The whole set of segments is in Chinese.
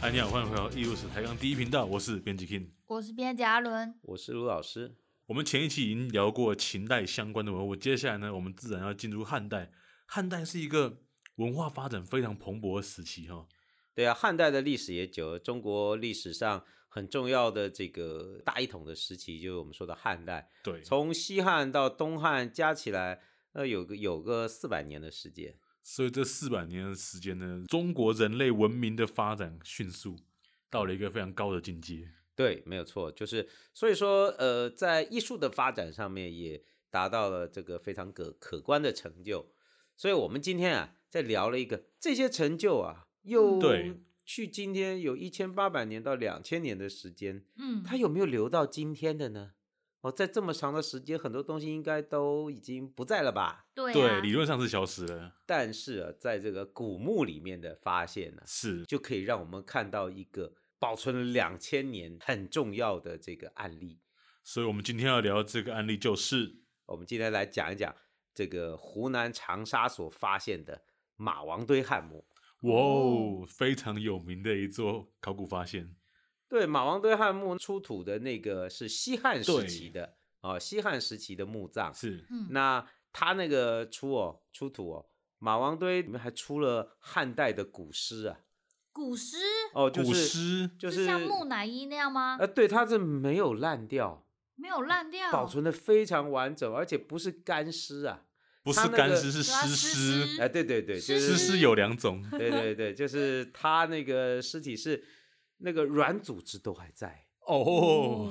嗨，你好，欢迎回到艺术史台纲第一频道，我是编辑 King。我是编辑阿伦，我是卢老师。我们前一期已经聊过秦代相关的文物，接下来呢，我们自然要进入汉代。汉代是一个文化发展非常蓬勃的时期哈、对啊，汉代的历史也久了，中国历史上很重要的这个大一统的时期，就是我们说的汉代，对，从西汉到东汉加起来，呃，有个有个四百年的时间。所以这四百年的时间呢，中国人类文明的发展迅速，到了一个非常高的境界。对，没有错，就是所以说，呃，在艺术的发展上面也达到了这个非常可可观的成就。所以我们今天啊，在聊了一个这些成就啊，又对去今天有一千八百年到两千年的时间，嗯，它有没有留到今天的呢？哦，在这么长的时间，很多东西应该都已经不在了吧？对对，啊理论上是消失了，但是啊，在这个古墓里面的发现呢、是就可以让我们看到一个保存了两千年很重要的这个案例。所以我们今天要聊这个案例就是，我们今天来讲一讲这个湖南长沙所发现的马王堆汉墓。哇哦哦，非常有名的一座考古发现。对，马王堆汉墓出土的那个是西汉对时期的啊、西汉时期的墓葬。是嗯，那他那个出哦出土哦，马王堆里面还出了汉代的古诗啊，古诗哦，就古是诗，就是像木乃伊那样吗？呃，对，它是没有烂掉，没有烂掉，保存的非常完整，而且不是干尸啊，不是他那干个诗，是对啊诗诗诗，哎、对对对，就诗是诗有两种。对对对，就是它那个尸体是那个软组织都还在，哦，，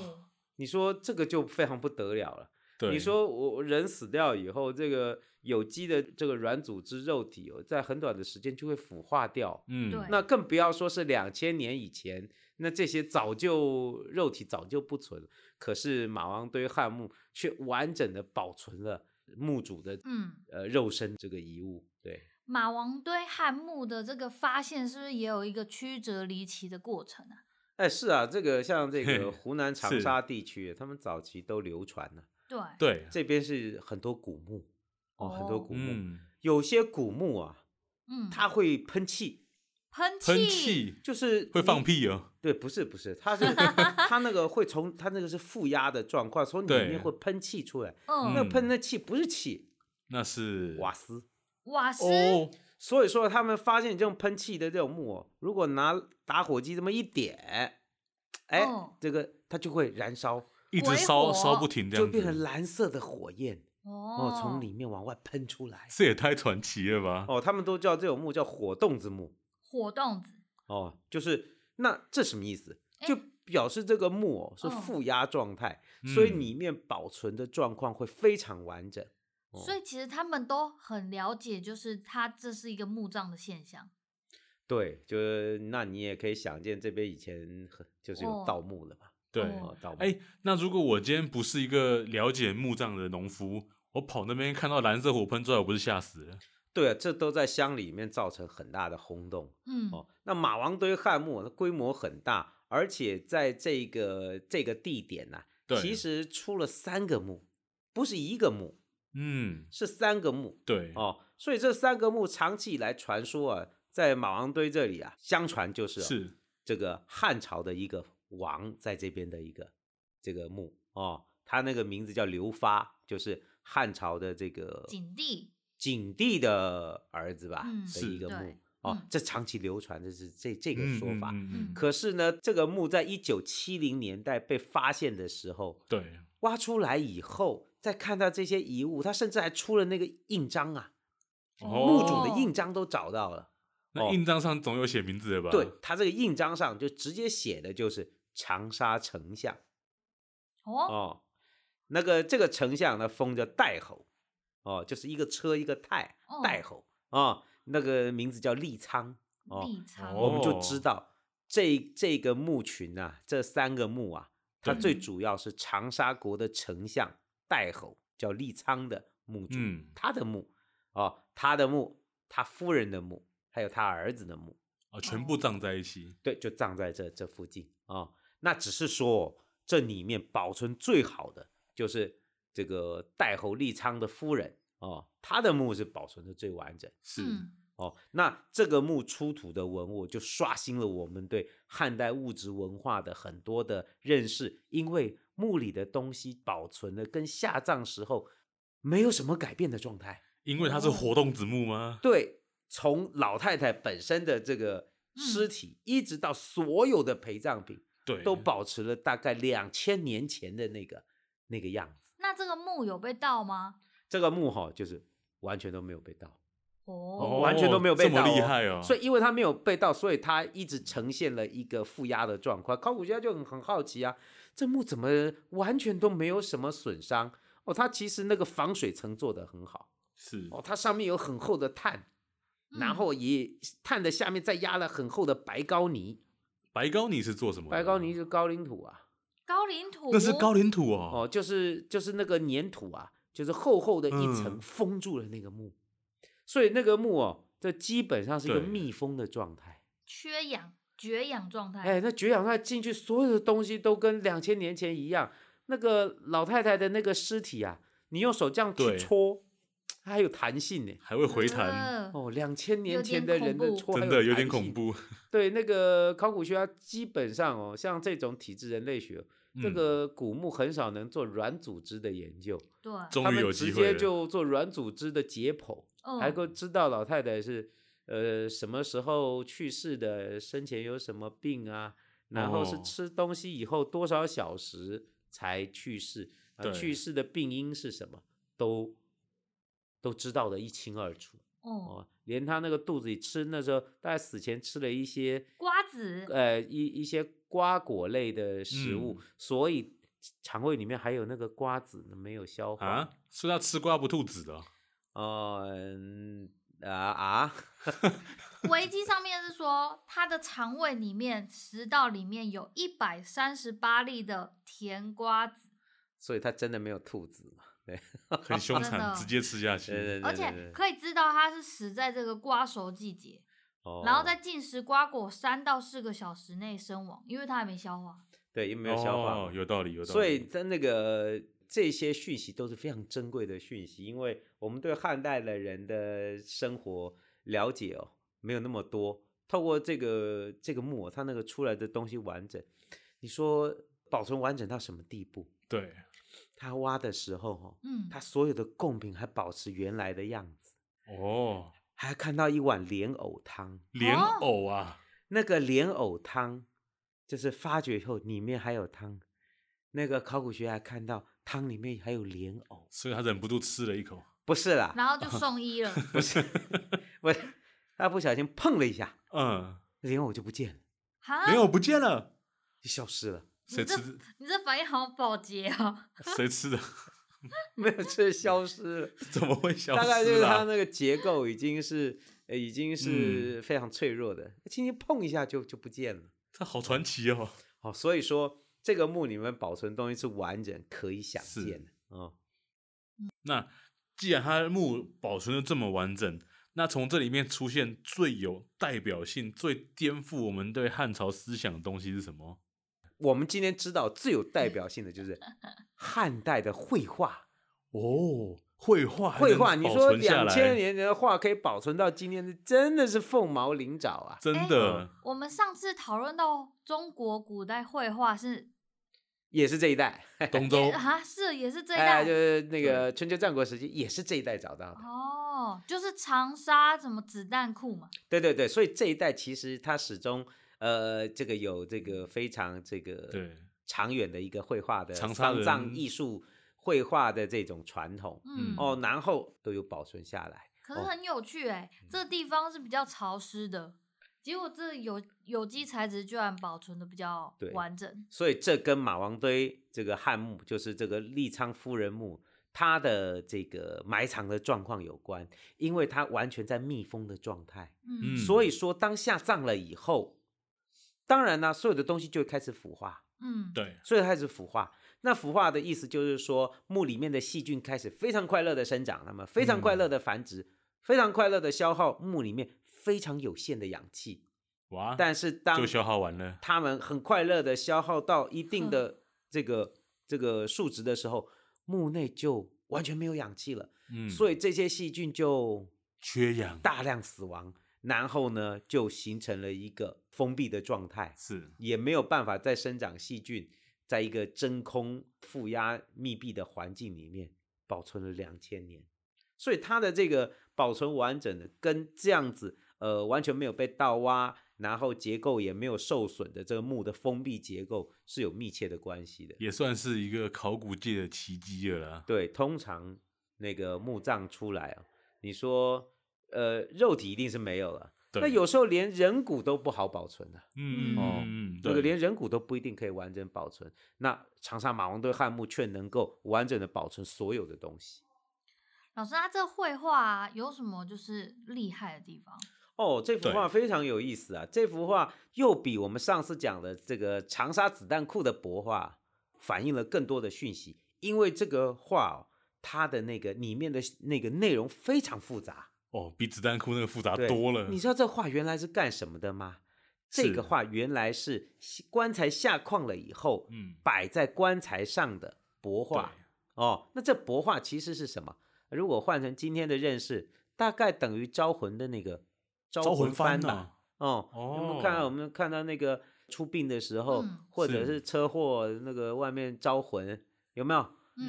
你说这个就非常不得了了。对，你说我我人死掉以后，这个有机的这个软组织肉体哦，在很短的时间就会腐化掉，嗯，对那更不要说是两千年以前，那这些早就肉体早就不存了，可是马王堆汉墓却完整的保存了墓主的嗯，呃肉身这个遗物。对，马王堆汉墓的这个发现是不是也有一个曲折离奇的过程啊？哎，是啊，这个像这嘿个湖南 长是沙地区，他们早期都流传了、对，对，这边是很多古墓哦，很多哦古墓，嗯，有些古墓啊，嗯，它会喷气，喷喷，气就是会放你屁哦，对，不是不是，它 是它那个会从它那个是负压的状况，从里对面会喷气出来。那嗯，喷那气不是气，那是瓦斯。瓦斯，哦，所以说他们发现这种喷气的这种木偶，如果拿打火机这么一点，哎，哦这个它就会燃烧，一直鬼烧火烧不停这就样变成子，蓝色的火焰哦哦，从里面往外喷出来。这也太传奇了吧？哦，他们都叫这种木叫火洞子木。火洞子，哦，就是那这什么意思？哎就表示这个木偶是哦负压状态，所以嗯里面保存的状况会非常完整。哦所以其实他们都很了解，就是它这是一个墓葬的现象，对，就是那你也可以想见，这边以前很就是有哦盗墓了嘛。对，哦哦，盗墓。哎，那如果我今天不是一个了解墓葬的农夫，我跑那边看到蓝色火喷出来，我不是吓死了？对啊，这都在乡里面造成很大的轰动。嗯，哦，那马王堆汉墓它规模很大，而且在这个这个地点呐、对，其实出了三个墓，不是一个墓，嗯，是三个墓。嗯对，哦，所以这三个墓长期以来传说啊，在马王堆这里啊，相传就是、是这个汉朝的一个王在这边的一个这个墓哦，他那个名字叫刘发，就是汉朝的这个景帝，景帝的儿子吧、嗯的一个是墓对哦嗯，这长期流传的是这这这个说法。嗯嗯嗯可是呢，这个墓在一九七零年代被发现的时候，对，挖出来以后，再看到这些遗物，他甚至还出了那个印章啊，哦墓主哦的印章都找到了。那印章上总有写名字的吧？哦对，他这个印章上就直接写的就是长沙丞相哦，哦，那个这个丞相呢封叫代侯哦，就是一个车一个太哦代侯啊、哦，那个名字叫立仓哦，立仓，我们就哦知道这这个墓群啊，这三个墓啊，它对最主要是长沙国的丞相代侯叫立仓的墓主，嗯他的墓哦，他的墓，他夫人的墓，还有他儿子的墓。啊，全哦部葬在一起。对，就葬在这这附近啊、那只是说，这里面保存最好的就是这个代侯立昌的夫人哦，她的墓是保存的最完整是，嗯哦，那这个墓出土的文物就刷新了我们对汉代物质文化的很多的认识，因为墓里的东西保存的跟下葬时候没有什么改变的状态。因为它哦是活动子墓吗？对，从老太太本身的这个尸体，一直到所有的陪葬品，对，都保持了大概两千年前的那个那个样子。那这个墓有被盗吗？这个墓哈，就是完全都没有被盗。哦哦，完全都没有被这么盗厉哦害哦所以因为它没有被盗，所以它一直呈现了一个负压的状况。考古学家就很很好奇啊，这墓怎么完全都没有什么损伤？哦，它其实那个防水层做得很好，是哦，它上面有很厚的碳，然嗯后也碳的下面再压了很厚的白膏泥，白高泥是做什么的？白膏泥就是高岭土啊，高岭土那是高岭土哦，哦，就是就是那个粘土啊，就是厚厚的一层嗯封住了那个墓，所以那个墓哦，这基本上是一个对密封的状态。缺氧绝氧状态。哎，那绝氧态进去，所有的东西都跟两千年前一样。那个老太太的那个尸体啊，你用手这样去对搓，它还有弹性呢。还会回弹，呃哦，两千有年前点的恐人的怖搓还真的有点弹恐性。怖。 对，那个考古学家基本上哦，像这种体质人类学，这嗯个古墓很少能做软组织的研究，对，他终于们有直机接会了，就做软组织的解剖。嗯，还够知道老太太是呃什么时候去世的，生前有什么病啊，然后是哦吃东西以后多少小时才去世，啊、对去世的病因是什么，都都知道的一清二楚哦，哦。连她那个肚子里吃那时候，大概死前吃了一些瓜 子呃一一些瓜果类的食物，所以肠胃里面还有那个瓜子没有消化啊，是要吃瓜不吐籽 的哦，哦嗯啊啊。维基上面是说，他的肠胃里面、食道里面有一百三十八粒的甜瓜子，所以他真的没有兔子嘛？对，很凶真的哦残，直接吃下对对去。对而对对且可以知道它是死在这个瓜熟季节，哦然后在进食瓜果三到四个小时内身亡，因为它还没消化。对，因为没有消化嘛，哦，有道理，有道理。所以在那个这些讯息都是非常珍贵的讯息，因为我们对汉代的人的生活了解哦没有那么多，透过这个这个木偶，它那个出来的东西完整，你说保存完整到什么地步？对，他挖的时候哦，嗯，他所有的贡品还保持原来的样子，哦，还看到一碗莲藕汤。莲哦藕啊，那个莲藕汤，就是发掘以后里面还有汤。那个考古学家看到汤里面还有莲藕，所以他忍不住吃了一口。不是啦，然后 就送医了。不是，不是，他不小心碰了一下，嗯，莲藕就不见了，哈，莲藕不见了，就消失了， 谁这吃？啊你这反应好保洁啊！谁吃的？ 没有吃，消失了。怎么会消大概失啊就嗯是它啦？那个结构已经是，呃已经是非常脆弱的，轻轻碰一下就就不见了。这好传奇哦。哦，所以说这个墓里面保存东西是完整，可以想是见的。哦，那既然它的墓保存的这么完整，那从这里面出现最有代表性、最颠覆我们对汉朝思想的东西是什么？我们今天知道最有代表性的就是 汉代的绘画，哦，绘画还能绘画。你保说存下两来千年前的画可以保存到今天，这真的是凤毛麟角啊！真的哎我们上次讨论到中国古代绘画是也是这一代，东周 也啊是也是这一哎，代、就是那个春秋战国时期，也是这一代找到的。哦，就是长沙什么子弹库嘛，对对对，所以这一代其实它始终呃，这个有这个非常这个对，长远的一个绘画的长沙丧葬人艺术绘画的这种传统嗯，哦，然后都有保存下来。可是哦很有趣哎、嗯这地方是比较潮湿的，结果这有有嗯机材质居然保存的比较对完整，所以这跟马王堆这个汉墓，就是这个立昌夫人墓，它的这个埋藏的状况有关，因为它完全在密封的状态，嗯嗯所以说当下葬了以后，当然呢，所有的东西就会开始腐化，嗯，对，所以开始腐化。那腐化的意思就是说，墓里面的细菌开始非常快乐的生长，那么非常嗯快乐的繁殖，非常快乐的消耗墓里面非常有限的氧气。哇，但是当就消耗完了，他们很快乐的消耗到一定的这个这个数值的时候，墓内就完全没有氧气了，嗯，所以这些细菌就缺氧大量死亡，然后呢就形成了一个封闭的状态，是也没有办法再生长细菌，在一个真空负压密闭的环境里面保存了两千年，所以它的这个保存完整的跟这样子呃完全没有被盗挖，然后结构也没有受损的这个木的封闭结构是有密切的关系的。也算是一个考古界的奇迹了啦。对，通常那个墓葬出来啊，你说呃肉体一定是没有了，对那有时候连人骨都不好保存啊的、嗯嗯哦嗯嗯，这个对连人骨都不一定可以完整保存。那长沙马王堆汉墓却能够完整的保存所有的东西。老师，他这绘画、啊、有什么就是厉害的地方？哦，这幅对画非常有意思啊！这幅画又比我们上次讲的这个长沙子弹库的帛画反映了更多的讯息，因为这个画、哦、它的那个里面的那个内容非常复杂。哦，比子弹库那个复杂对多了。你知道这画原来是干什么的吗？这是个画原来是西棺材下矿了以后，嗯，摆在棺材上的帛画对哦。那这帛画其实是什么？如果换成今天的认识，大概等于招魂的那个招魂魂幡吧。呐哦，我们看到哦我们看到那个出殡的时候，嗯或者是是车祸那个外面招魂，有没有？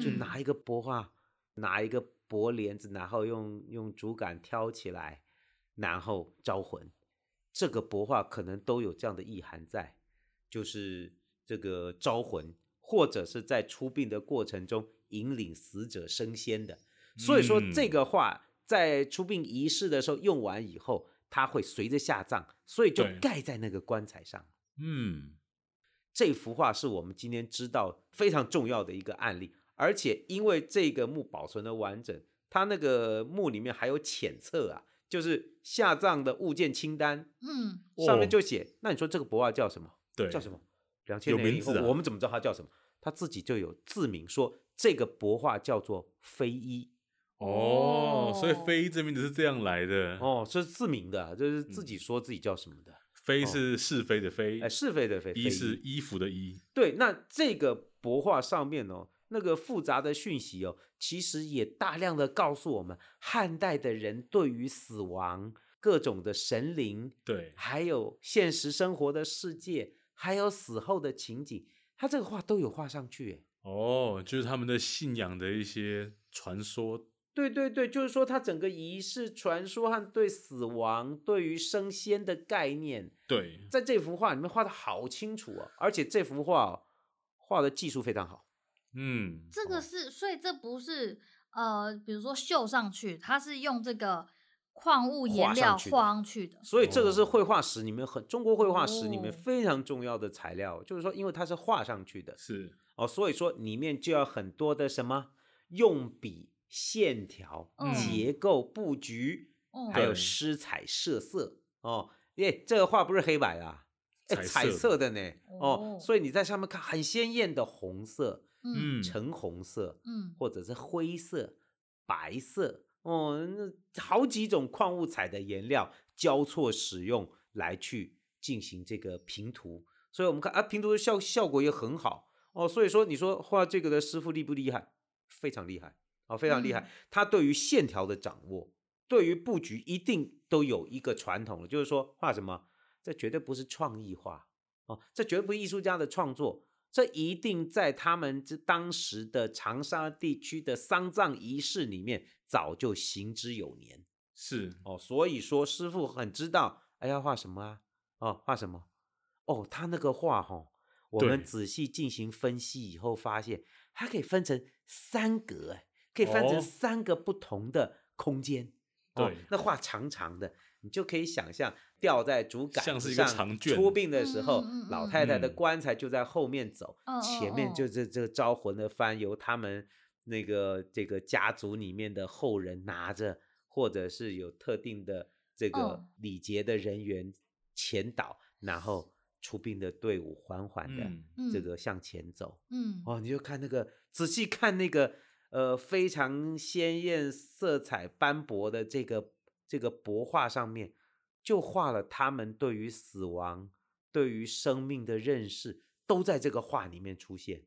就嗯拿一个帛画，拿一个帛帘子，然后用用竹竿挑起来，然后招魂。这个帛画可能都有这样的意涵在，就是这个招魂，或者是在出殡的过程中引领死者升仙的。所以说，嗯这个画在出殡仪式的时候用完以后，它会随着下葬，所以就对盖在那个棺材上。嗯，这幅画是我们今天知道非常重要的一个案例，而且因为这个墓保存的完整，它那个墓里面还有浅册啊，就是下葬的物件清单，嗯，上面哦就写。那你说这个帛画叫什么？对，叫什么？两千有年名以后，字啊我们怎么知道它叫什么？它自己就有自明说这个帛画叫做飞衣哦，所以哦飞这名字是这样来的。哦，这是自明的，这是嗯自己说自己叫什么的，飞哦是是非的非哎，，是非的非，衣非是衣服的衣。对，那这个帛画上面哦，那个复杂的讯息哦，其实也大量的告诉我们，汉代的人对于死亡、各种的神灵，对，还有现实生活的世界，还有死后的情景，他这个画都有画上去耶。哦，就是他们的信仰的一些传说。对对对，就是说他整个仪式、传说和对死亡、对于升仙的概念，对，在这幅画里面画的好清楚哦，而且这幅画、哦、画的技术非常好。嗯，这哦个是，所以这不是呃，比如说绣上去，它是用这个矿物颜画上料去的画上去的。所以这个是哦绘画史里面很中国绘画史里面哦非常重要的材料，就是说因为它是画上去的是哦，所以说里面就要很多的什么用笔、线条、嗯结构、布局，嗯，还有对施彩设色哦。耶，这个画不是黑白的、啊，哎彩彩色色的呢哦，哦所以你在上面看很鲜艳的红色、嗯嗯，橙红色，嗯，或者是灰色、白色，哦，那好几种矿物彩的颜料交错使用来去进行这个平涂，所以我们看啊，平涂的效效果也很好哦。所以说，你说画这个的师傅厉不厉害？非常厉害哦，非常厉害。嗯他对于线条的掌握，对于布局一定都有一个传统了，就是说画什么，这绝对不是创意画哦，这绝对不是艺术家的创作，这一定在他们这当时的长沙地区的丧葬仪式里面早就行之有年是哦。所以说，师傅很知道，哎，要画什么啊？哦，画什么？哦，他那个画哈、我们对仔细进行分析以后发现，它可以分成三格，哎，可以分成哦三个不同的空间。哦对，那画长长的，你就可以想象吊在竹竿像子是一个上长卷出殡的时候，嗯嗯嗯老嗯太太的嗯棺材就在后面走，嗯嗯前面嗯就这这招魂的幡由他们那个这个家族里面的后人拿着，或者是有特定的这个嗯礼节的人员前导，然后出殡的队伍缓缓的嗯嗯这个向前走。嗯，哦，你就看那个，仔细看那个，呃，非常鲜艳、色彩斑驳的这个这个帛画上面，就画了他们对于死亡、对于生命的认识，都在这个画里面出现。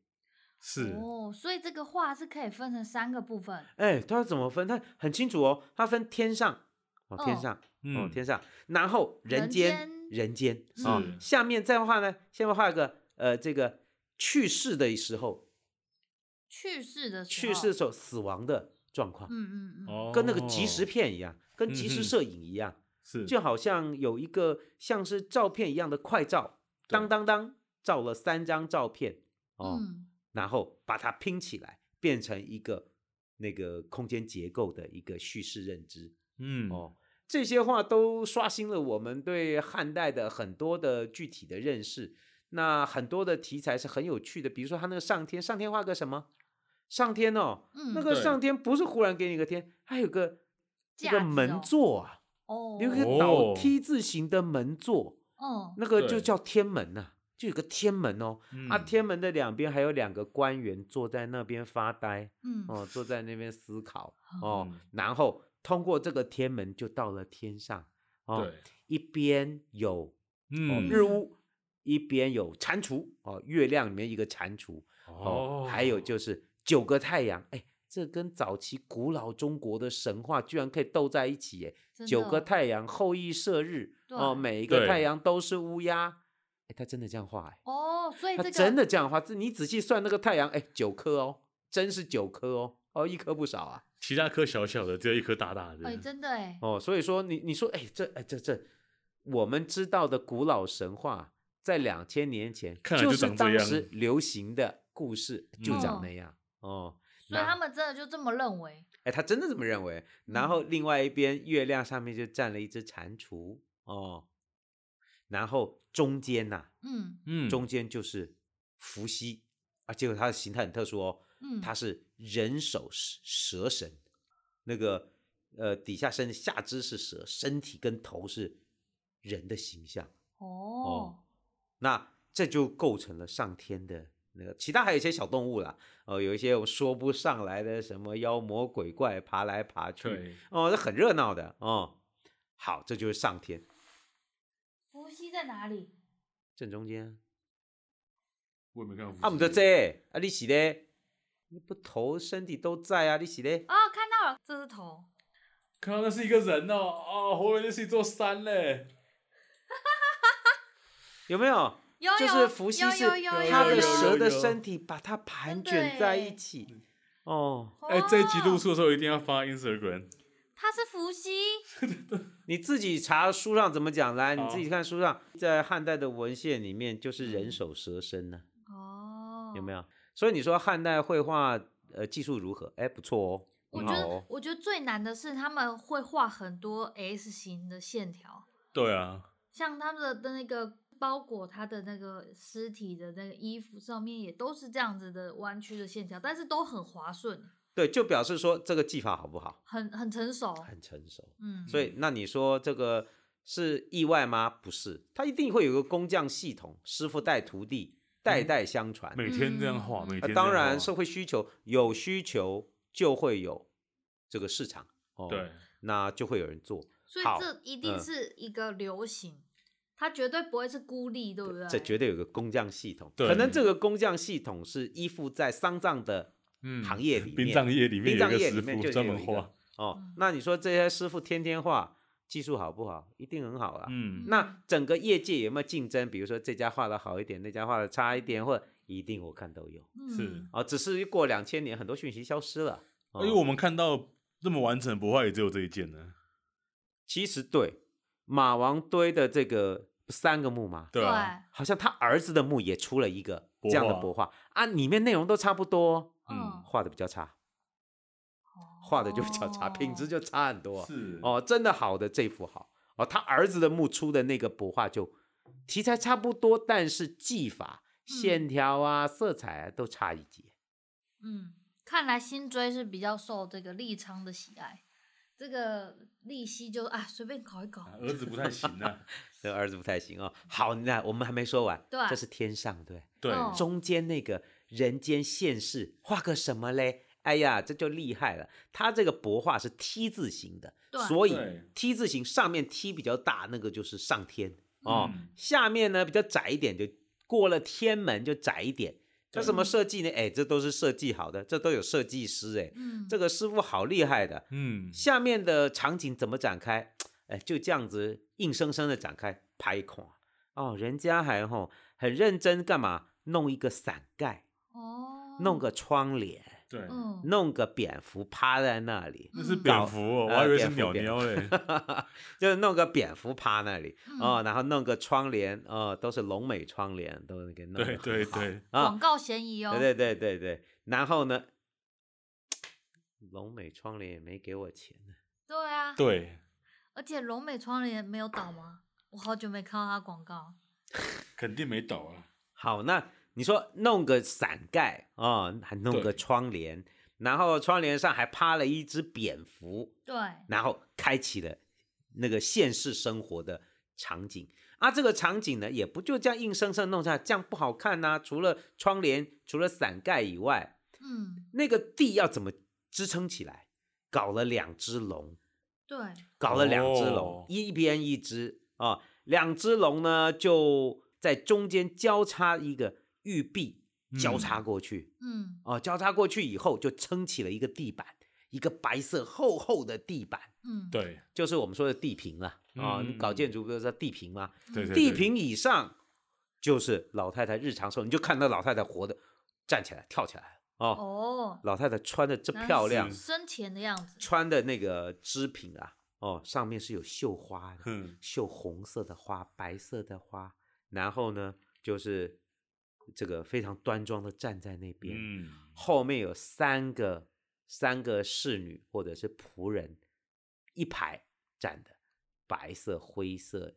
是，哦，所以这个画是可以分成三个部分。哎，它怎么分？它很清楚哦，它分天上、哦，天哦上，哦，嗯，天上，然后人人间，间人间，是啊，下面再画呢，下面画一个呃，这个去世的时候，去世的时候，去世的时候死亡的状况，嗯嗯嗯，哦，跟那个即时片一样，跟即嗯哼时摄影一样，是就好像有一个像是照片一样的快照，当对当当，照了三张照片，哦，嗯然后把它拼起来，变成一个那个空间结构的一个叙事认知。嗯哦，这些话都刷新了我们对汉代的很多的具体的认识。那很多的题材是很有趣的，比如说他那个上天，上天画个什么？上天哦，嗯，那个对上天不是忽然给你个天，还有个一架个子门哦座啊，哦，有一个哦倒 T 字形的门座，嗯那个就对叫天门呐、就有个天门哦。啊，嗯天门的两边还有两个官员坐在那边发呆，嗯哦，坐在那边思考哦嗯，然后通过这个天门就到了天上哦对，，一边有哦嗯日屋，一边有蟾蜍哦，月亮里面一个蟾蜍哦，还有就是九个太阳，哎，这跟早期古老中国的神话居然可以斗在一起耶，真九个的哦太阳后羿射日哦，对每一个太对阳都是乌鸦，哎，他真的这样画哎。哦，所以它这个真的这样的话，这你仔细算那个太阳，哎，九颗哦，真是九颗哦，哦，一颗不少啊，其他颗小小的，只有一颗大大的，哎，真的哎，哦，所以说你你说，哎，这哎这这，我们知道的古老神话，在两千年前看来就是长这当样时流行的故事就嗯长那样、哦。所以那他们真的就这么认为，哎，他真的这么认为。然嗯后另外一边，月亮上面就站了一只蟾蜍哦，然后中间呐、嗯嗯中间就是伏羲啊，结果它的形态很特殊哦，嗯，它是人手蛇蛇身，那个呃底下身下肢是蛇，身体跟头是人的形象。哦，那这就构成了上天的那个，其他还有一些小动物啦，哦、有一些我们说不上来的什么妖魔鬼怪爬来爬去，对，哦，这很热闹的哦。好，这就是上天伏羲在哪里？正中间啊。我也没看过。啊，毋就这，啊，你是咧，你不头身体都在啊，你是咧，哦，看到了，这是头，看到那是一个人哦，哦，我以为那是一座山嘞。有没有？有有就是伏羲有是有有有他有的有蛇的有有嗯身体把它盘真的卷在耶一起。哦，哎，这一集录哦出的时候一定要发 Instagram。他是伏羲，你自己查书上怎么讲来，你好自己看书上，在汉代的文献里面就是嗯人手蛇身呢、哦，有没有？有？所以你说汉代绘画呃技术如何？哎，不错哦，我很觉好得哦，。我觉得最难的是他们会画很多 S 型的线条，对啊，像他们的的那个包裹他的那个尸体的那个衣服上面也都是这样子的弯曲的线条，但是都很滑顺，对，就表示说这个技法好不好？很很成熟，很成熟。嗯，所以那你说这个是意外吗？不是，它一定会有一个工匠系统，师傅带徒弟，代代相传。嗯每天这样画，嗯每天啊这样画当然，社会需求有需求就会有这个市场哦，对，那就会有人做。所以好这一定嗯是一个流行，它绝对不会是孤立，对不对？这绝对有个工匠系统，对可能这个工匠系统是依附在丧葬的嗯行业里面，殡葬业里面殡有葬一个业师里面就傅是专有门一个画，哦嗯。那你说这些师傅天天画，技术好不好？一定很好啊啦。嗯，那整个业界有没有竞争？比如说这家画的好一点，那家画的差一点，或一定我看都有是嗯，啊、哦。只是过两千年，很多讯息消失了。哦哎因为我们看到这么完整的博画也只有这一件呢。其实对马王堆的这个三个墓嘛，对啊，好像他儿子的墓也出了一个这帛样的画帛画啊，里面内容都差不多哦，嗯嗯，哦画的比较差，画的就比较哦差，品质就差很多。是，哦，真的好的这幅好哦，他儿子的墓出的那个帛画就题材差不多，但是技法、线条啊、色彩啊都差一截。嗯，看来新追是比较受这个立昌的喜爱，这个利息就啊随便搞一搞啊，儿子不太行 啊。这儿子不太行啊、好，那我们还没说完，对这是天上对，对，哦中间那个人间现世画个什么嘞？哎呀，这就厉害了。它这个帛画是 T 字形的对，所以对 T 字形上面 T 比较大，那个就是上天哦。嗯下面呢比较窄一点，就过了天门就窄一点，那怎么设计呢？哎，这都是设计好的，这都有设计师哎，嗯，这个师傅好厉害的。嗯，下面的场景怎么展开？哎，就这样子硬生生的展开拍垮哦，人家还吼很认真干嘛？弄一个伞盖，哦，弄个窗帘，对，嗯，弄个蝙蝠趴在那里，那是嗯蝙蝠哦，我啊还以为是鸟鸟哎嘞。 就是弄个蝙蝠趴那里哦，嗯然后弄个窗帘哦，都是龙美窗帘，都给弄对得对很好 对，啊广告嫌疑哦，对对对对对，然后呢，龙美窗帘也没给我钱呢。对啊，对，而且龙美窗帘没有倒吗？我好久没看到它广告，肯定没倒啊。好，那你说弄个伞盖啊、哦还弄对个窗帘，然后窗帘上还趴了一只蝙蝠，对，然后开启了那个现实生活的场景。啊，这个场景呢，也不就这样硬生生弄下来，这样不好看呐、除了窗帘，除了伞盖以外，嗯，那个地要怎么支撑起来？搞了两只龙，对，搞了两只龙，哦一边一只啊、两只龙呢就在中间交叉一个玉璧，交叉过去嗯，啊、哦交叉过去以后就撑起了一个地板，一个白色厚厚的地板，嗯，对就是我们说的地坪了啊、你搞嗯建筑不是叫地坪吗？嗯对对，地对坪以上就是老太太日常生活，你就看到老太太活的站起来跳起来哦，哦，老太太穿的这那漂是亮，生前的样子，穿的那个织品啊，哦，上面是有绣花的，嗯，绣红色的花、白色的花，然后呢，就是这个非常端庄的站在那边，嗯，后面有三个三个侍女或者是仆人一排站的，白色、灰色、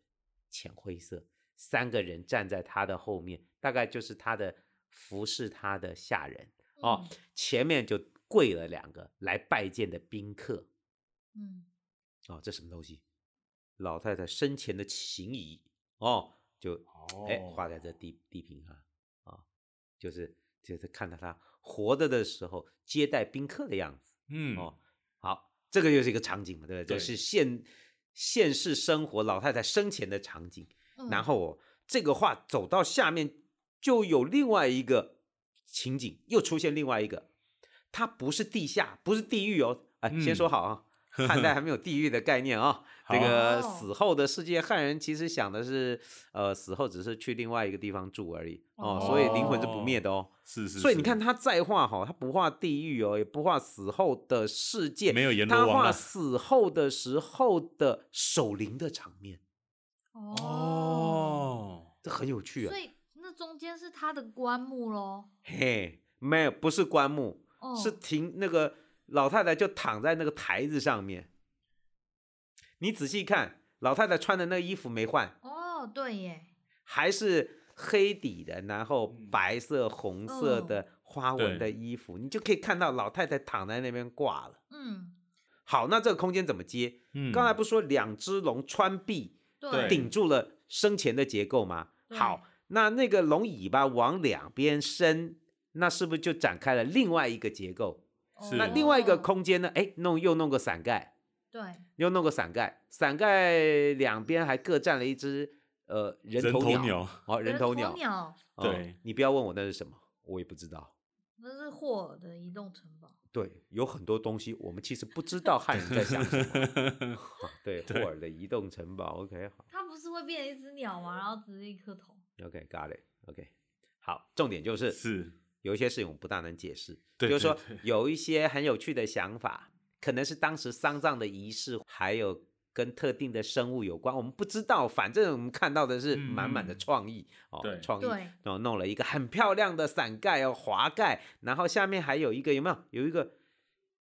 浅灰色，三个人站在他的后面，大概就是他的服侍他的下人哦，前面就跪了两个来拜见的宾客。嗯，哦，这什么东西？老太太生前的情谊哦，就哎哦画在这地地平上啊、就是就是看到她活着的时候接待宾客的样子嗯，哦。好，这个又是一个场景嘛，对不对？对就是现现世生活老太太生前的场景。嗯然，后哦，这个话走到下面就有另外一个情景，又出现另外一个，它不是地下，不是地狱哦，哎，先说嗯好 啊，汉代还没有地狱的概念啊。这好哦个死后的世界，汉人其实想的是，呃，死后只是去另外一个地方住而已哦，所以灵魂是不灭的哦。是是。所以你看是，他再画哈，他不画地狱哦，也不画死后的世界，没有阎他罗王画啊死后的时候的守灵的场面，哦，这很有趣啊。所以那中间是他的棺木喽，嘿，没有，不是棺木，哦，是停那个老太太就躺在那个台子上面。你仔细看，老太太穿的那个衣服没换，哦，对耶，还是黑底的，然后嗯白色、红色嗯的花纹的对衣服，你就可以看到老太太躺在那边挂了。嗯，好，那这个空间怎么接？嗯，刚才不是说两只龙穿壁对顶住了生前的结构吗？对好，那那个龙尾巴往两边伸，那是不是就展开了另外一个结构？哦是那另外一个哦空间呢？哎，弄又弄个伞盖，对，又弄个伞盖，伞盖两边还各站了一只呃人人头头鸟，鸟哦，人头鸟，鸟哦对你不要问我那是什么，我也不知道。那是霍尔的移动城堡，对，有很多东西我们其实不知道汉人在想什么。 哦对，霍对尔的移动城堡，OK，好它不是会变成一只鸟吗？然后只是一颗头， ，OK，got、it，OK，、好，重点就是是，有一些事情我们不大能解释，对就是对说对有一些很有趣的想法，可能是当时丧葬的仪式，还有跟特定的生物有关，我们不知道。反正我们看到的是嗯满满的嗯创意、哦对，创意，对然后弄了一个很漂亮的伞盖哦，滑盖，然后下面还有一个有没有有一个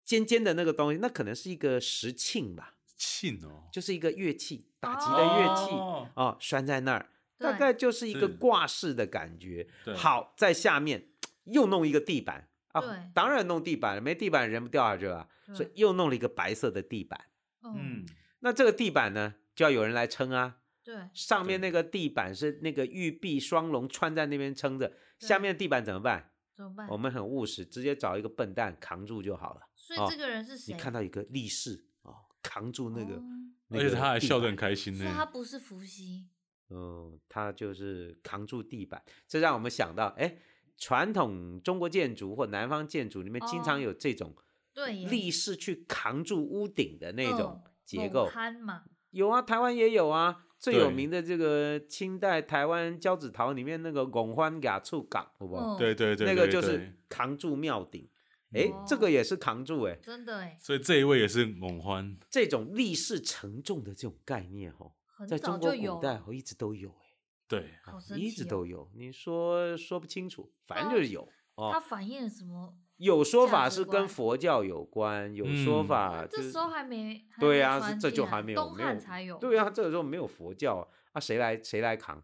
尖尖的那个东西，那可能是一个石磬吧，庆哦，就是一个乐器，打击的乐器。哦哦，拴在那儿，大对概就是一个是挂饰的感觉。对好，在下面又弄一个地板啊对，嗯当然弄地板了，没地板人不掉下去了，啊所以对又弄了一个白色的地板。嗯，嗯，那这个地板呢，就要有人来撑啊。对，上面对那个地板是那个玉璧双龙穿在那边撑着，下面的地板怎么办？怎么办？我们很务实，直接找一个笨蛋扛住就好了。所哦以这个人是谁？你看到一个力士哦，扛住那个哦，那而且个他还地笑得板很开心所以他呢。不是伏羲，嗯，他就是扛住地板，这让我们想到，哎，传统中国建筑或南方建筑里面经常哦有这种对耶，立式去扛住屋顶的那种嗯结构，猛憨嘛，有啊，台湾也有啊。最有对名的这个清代台湾交趾陶里面那个拱欢雅醋港，好不好？嗯对对对，那个对就对是扛住庙顶，哎，这哦个也是扛住哎，真的哎，所以这一位也是猛欢，这种立式承重的这种概念哦，很在早中就国有古了，代哦一直都有哎。对，好啊神一直奇哦都有，你说说不清楚，反哦正就是有哦。它反映了什么？有说价法值是跟观佛教有关，有说嗯法就这是时候还没，还对没呀、传是这就进来还没有东没有汉才有，对呀、啊这个时候没有佛教啊，啊谁来谁来扛？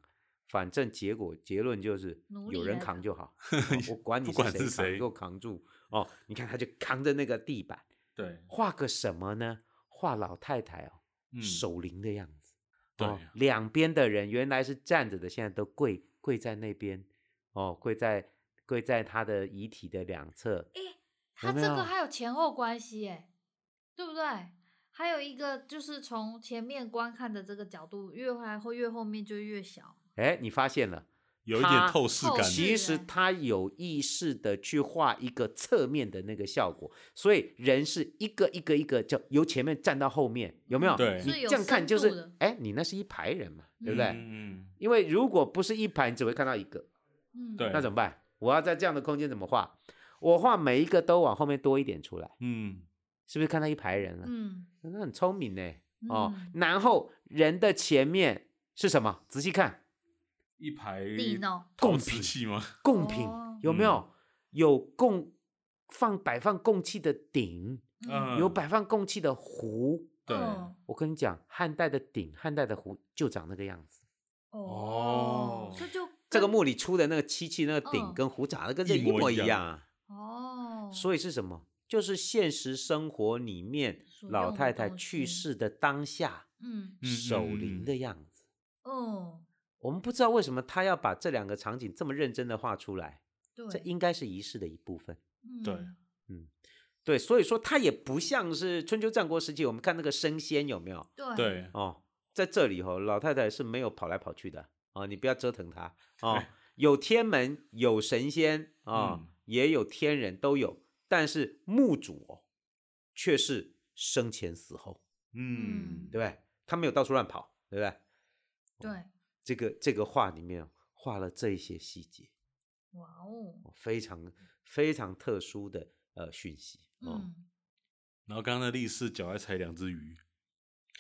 反正结果结论就是奴有隶人来扛扛就好， 哦我 管你不管是是谁扛，谁给我扛住哦。你看他就扛着那个地板，对，画个什么呢？画老太太哦，嗯，守灵的样子。对啊哦，两边的人原来是站着的，现在都跪跪在那边，哦，跪在跪在他的遗体的两侧。它有这没有个还有前后关系哎，对不对？还有一个就是从前面观看的这个角度，越来或越后面就越小，哎，你发现了，有一点他透视透感，视其实然他有意识的去画一个侧面的那个效果，所以人是一个一个一个，就由前面站到后面，有没有？嗯对你是有这样看就深度的是，哎，你那是一排人嘛，对不对？嗯，因为如果不是一排，你只会看到一个，嗯，对那怎么办？我要在这样的空间怎么画？我画每一个都往后面多一点出来。嗯，是不是看到一排人了？嗯，那很聪明呢。哦嗯，然后人的前面是什么？仔细看，一排地呢？陶贡瓷品器吗？贡品哦有没有嗯？有供放摆放供器的鼎，嗯有摆放供器的壶。对，嗯我跟你讲，汉代的鼎、汉代的壶就长那个样子。哦哦，这就这个跟木里出的那个漆器，那个嗯鼎跟壶长得跟这一一模模一一样样啊。哦，所以是什么？就是现实生活里面所老用的太太东西去世的当下嗯嗯守嗯灵嗯的样子。嗯，我们不知道为什么他要把这两个场景这么认真的画出来，对，这应该是仪式的一部分。对嗯对，所以说他也不像是春秋战国时期，我们看那个升仙有没有？对对，哦，在这里哦，老太太是没有跑来跑去的哦，你不要折腾她哦。有天门，有神仙啊、哦嗯也有天人都有，但是墓主哦，却是生前死后，嗯对，不对？他没有到处乱跑，对不对？对，这个这个画里面哦画了这些细节，哇哦，非常非常特殊的呃讯息哦。嗯，然后刚刚的力士脚还踩两只鱼，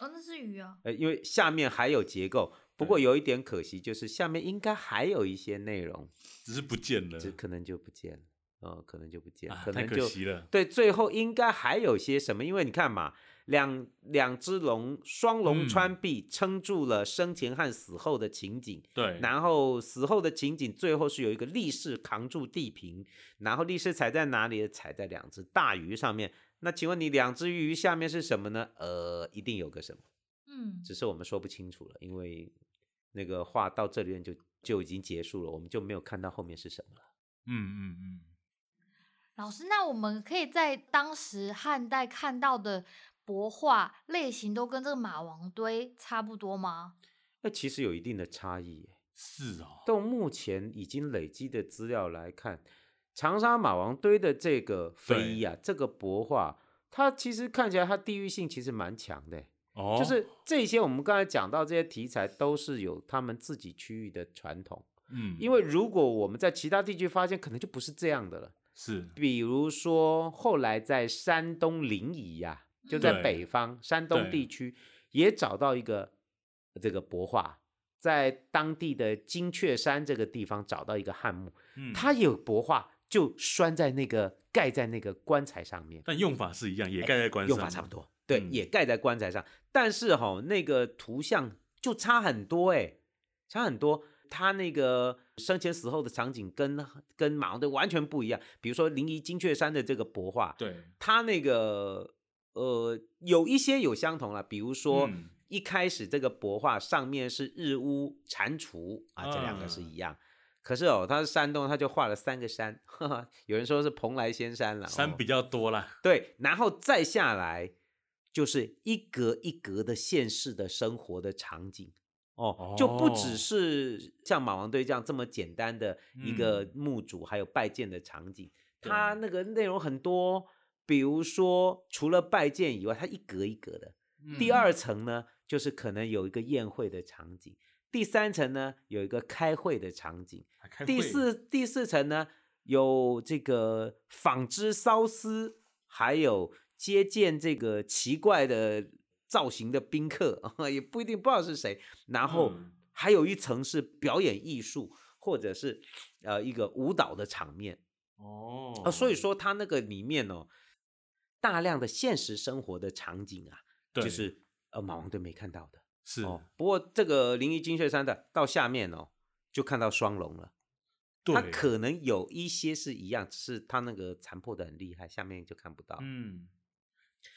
哦，那是鱼啊，呃，因为下面还有结构，不过对有一点可惜，就是下面应该还有一些内容，只是不见了，只可能就不见了，呃，可能就不见了，嗯啊，可太能可就惜了，对，最后应该还有些什么？因为你看嘛，两两只龙双龙嗯穿壁，撑住了生前和死后的情景，对，然后死后的情景最后是有一个力士扛住地平，然后力士踩在哪里？踩在两只大鱼上面。那请问你两只鱼下面是什么呢？呃，一定有个什么，嗯，只是我们说不清楚了，因为那个画到这里面就就已经结束了，我们就没有看到后面是什么了。嗯嗯嗯，老师，那我们可以在当时汉代看到的帛画类型都跟这个马王堆差不多吗？那其实有一定的差异耶。是哦，到目前已经累积的资料来看，长沙马王堆的这个对飞衣啊，这个帛画，它其实看起来它地域性其实蛮强的耶。哦，就是这些我们刚才讲到这些题材都是有他们自己区域的传统，嗯，因为如果我们在其他地区发现，可能就不是这样的了。是比如说后来在山东临沂呀、就在对北方山东对地区也找到一个这个帛画，在当地的金雀山这个地方找到一个汉墓，嗯，它有帛画就拴在那个盖在那个棺材上面。但用法是一样，也盖在棺上，哎用法差不，多，对，嗯也盖在棺材上。但是哈、那个图像就差很多哎、差很多。他那个生前死后的场景跟跟马王堆完全不一样。比如说临沂金雀山的这个帛画，对，他那个呃有一些有相同了，比如说。嗯一开始这个帛画上面是日乌蟾蜍啊，这两个嗯是一样。可是哦，他是山东，他就画了三个山， 哈哈，有人说是蓬莱仙山了。山哦比较多啦，对，然后再下来就是一格一格的现世的生活的场景，哦，就不哦只是像马王堆这样这么简单的一个墓主，还有拜见的场景，嗯对它那个内容很多。比如说，除了拜见以外，它一格一格的。第嗯二层呢，就是可能有一个宴会的场景；第三层呢，有一个开会的场景；还开第会四第四层呢，有这个纺织缫丝，还有接见这个奇怪的造型的宾客， 也不一定不知道是谁。然后嗯还有一层是表演艺术，或者是呃一个舞蹈的场面哦啊、所以说，它那个里面哦，大量的现实生活的场景啊，对就是呃马王堆没看到的。是哦，不过这个灵异金雀山的到下面哦，就看到双龙了。它对，可能有一些是一样，只是它那个残破的很厉害，下面就看不到。嗯，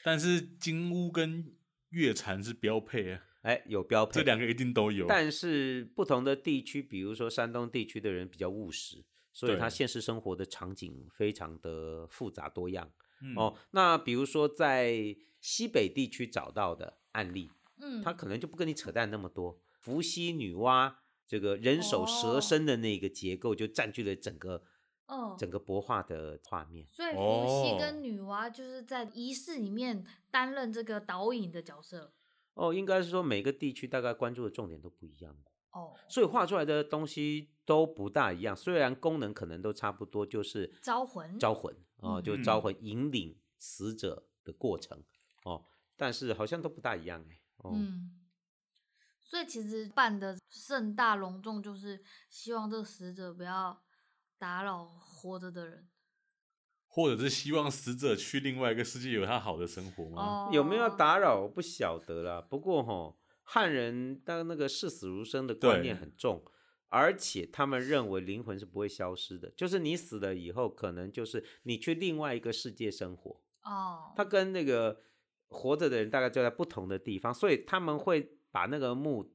但是金乌跟月蝉是标配啊，哎，有标配，这两个一定都有。但是不同的地区，比如说山东地区的人比较务实，所以他对现实生活的场景非常的复杂多样。嗯哦，，那比如说在西北地区找到的案例，嗯，他可能就不跟你扯淡那么多。伏羲女娲这个人手蛇哦身的那个结构，就占据了整个、嗯，整个帛画的画面。所以伏羲哦跟女娲就是在仪式里面担任这个导引的角色。哦，应该是说每个地区大概关注的重点都不一样，哦，所以画出来的东西都不大一样。虽然功能可能都差不多，就是招魂招魂啊、哦，就嗯招魂引领死者的过程哦，但是好像都不大一样哎。哦，嗯，所以其实办的盛大隆重，就是希望这个死者不要打扰活着的人。或者是希望死者去另外一个世界有他好的生活吗？哦，有没有要？打扰我不晓得啦。不过哈、汉人当那个视死如生的观念对很重，而且他们认为灵魂是不会消失的，就是你死了以后，可能就是你去另外一个世界生活。哦，他跟那个活着的人大概就在不同的地方，所以他们会把那个墓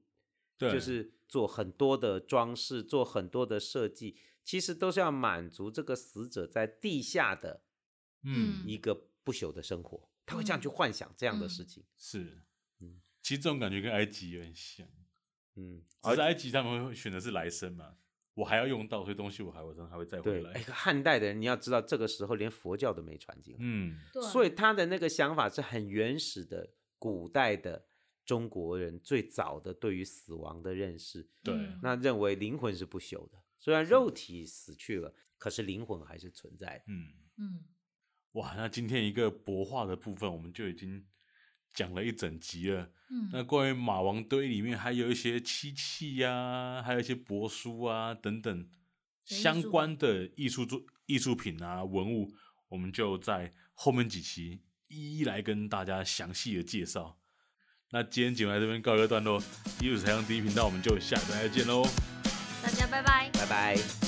对，就是做很多的装饰，做很多的设计，其实都是要满足这个死者在地下的嗯，一个不朽的生活。他会这样去幻想这样的事情，是嗯，其实这种感觉跟埃及有点像，嗯，只是埃及他们会选的是来生嘛，我还要用到，所以东西我还我还会再回对，哎，来。汉代的人你要知道，这个时候连佛教都没传进来，嗯，对，所以他的那个想法是很原始的，古代的中国人最早的对于死亡的认识。对嗯那认为灵魂是不朽的，虽然肉体死去了，可是灵魂还是存在的。嗯，嗯，哇，那今天一个帛画的部分，我们就已经讲了一整集了。嗯，那关于马王堆里面还有一些漆器呀、还有一些帛书啊等等的艺术相关的艺术作艺术品啊文物，我们就在后面几期一一来跟大家详细的介绍。那今天节目在这边告一个段落，艺术采样第一频道，我们就下礼拜再见喽。大家拜拜。拜拜。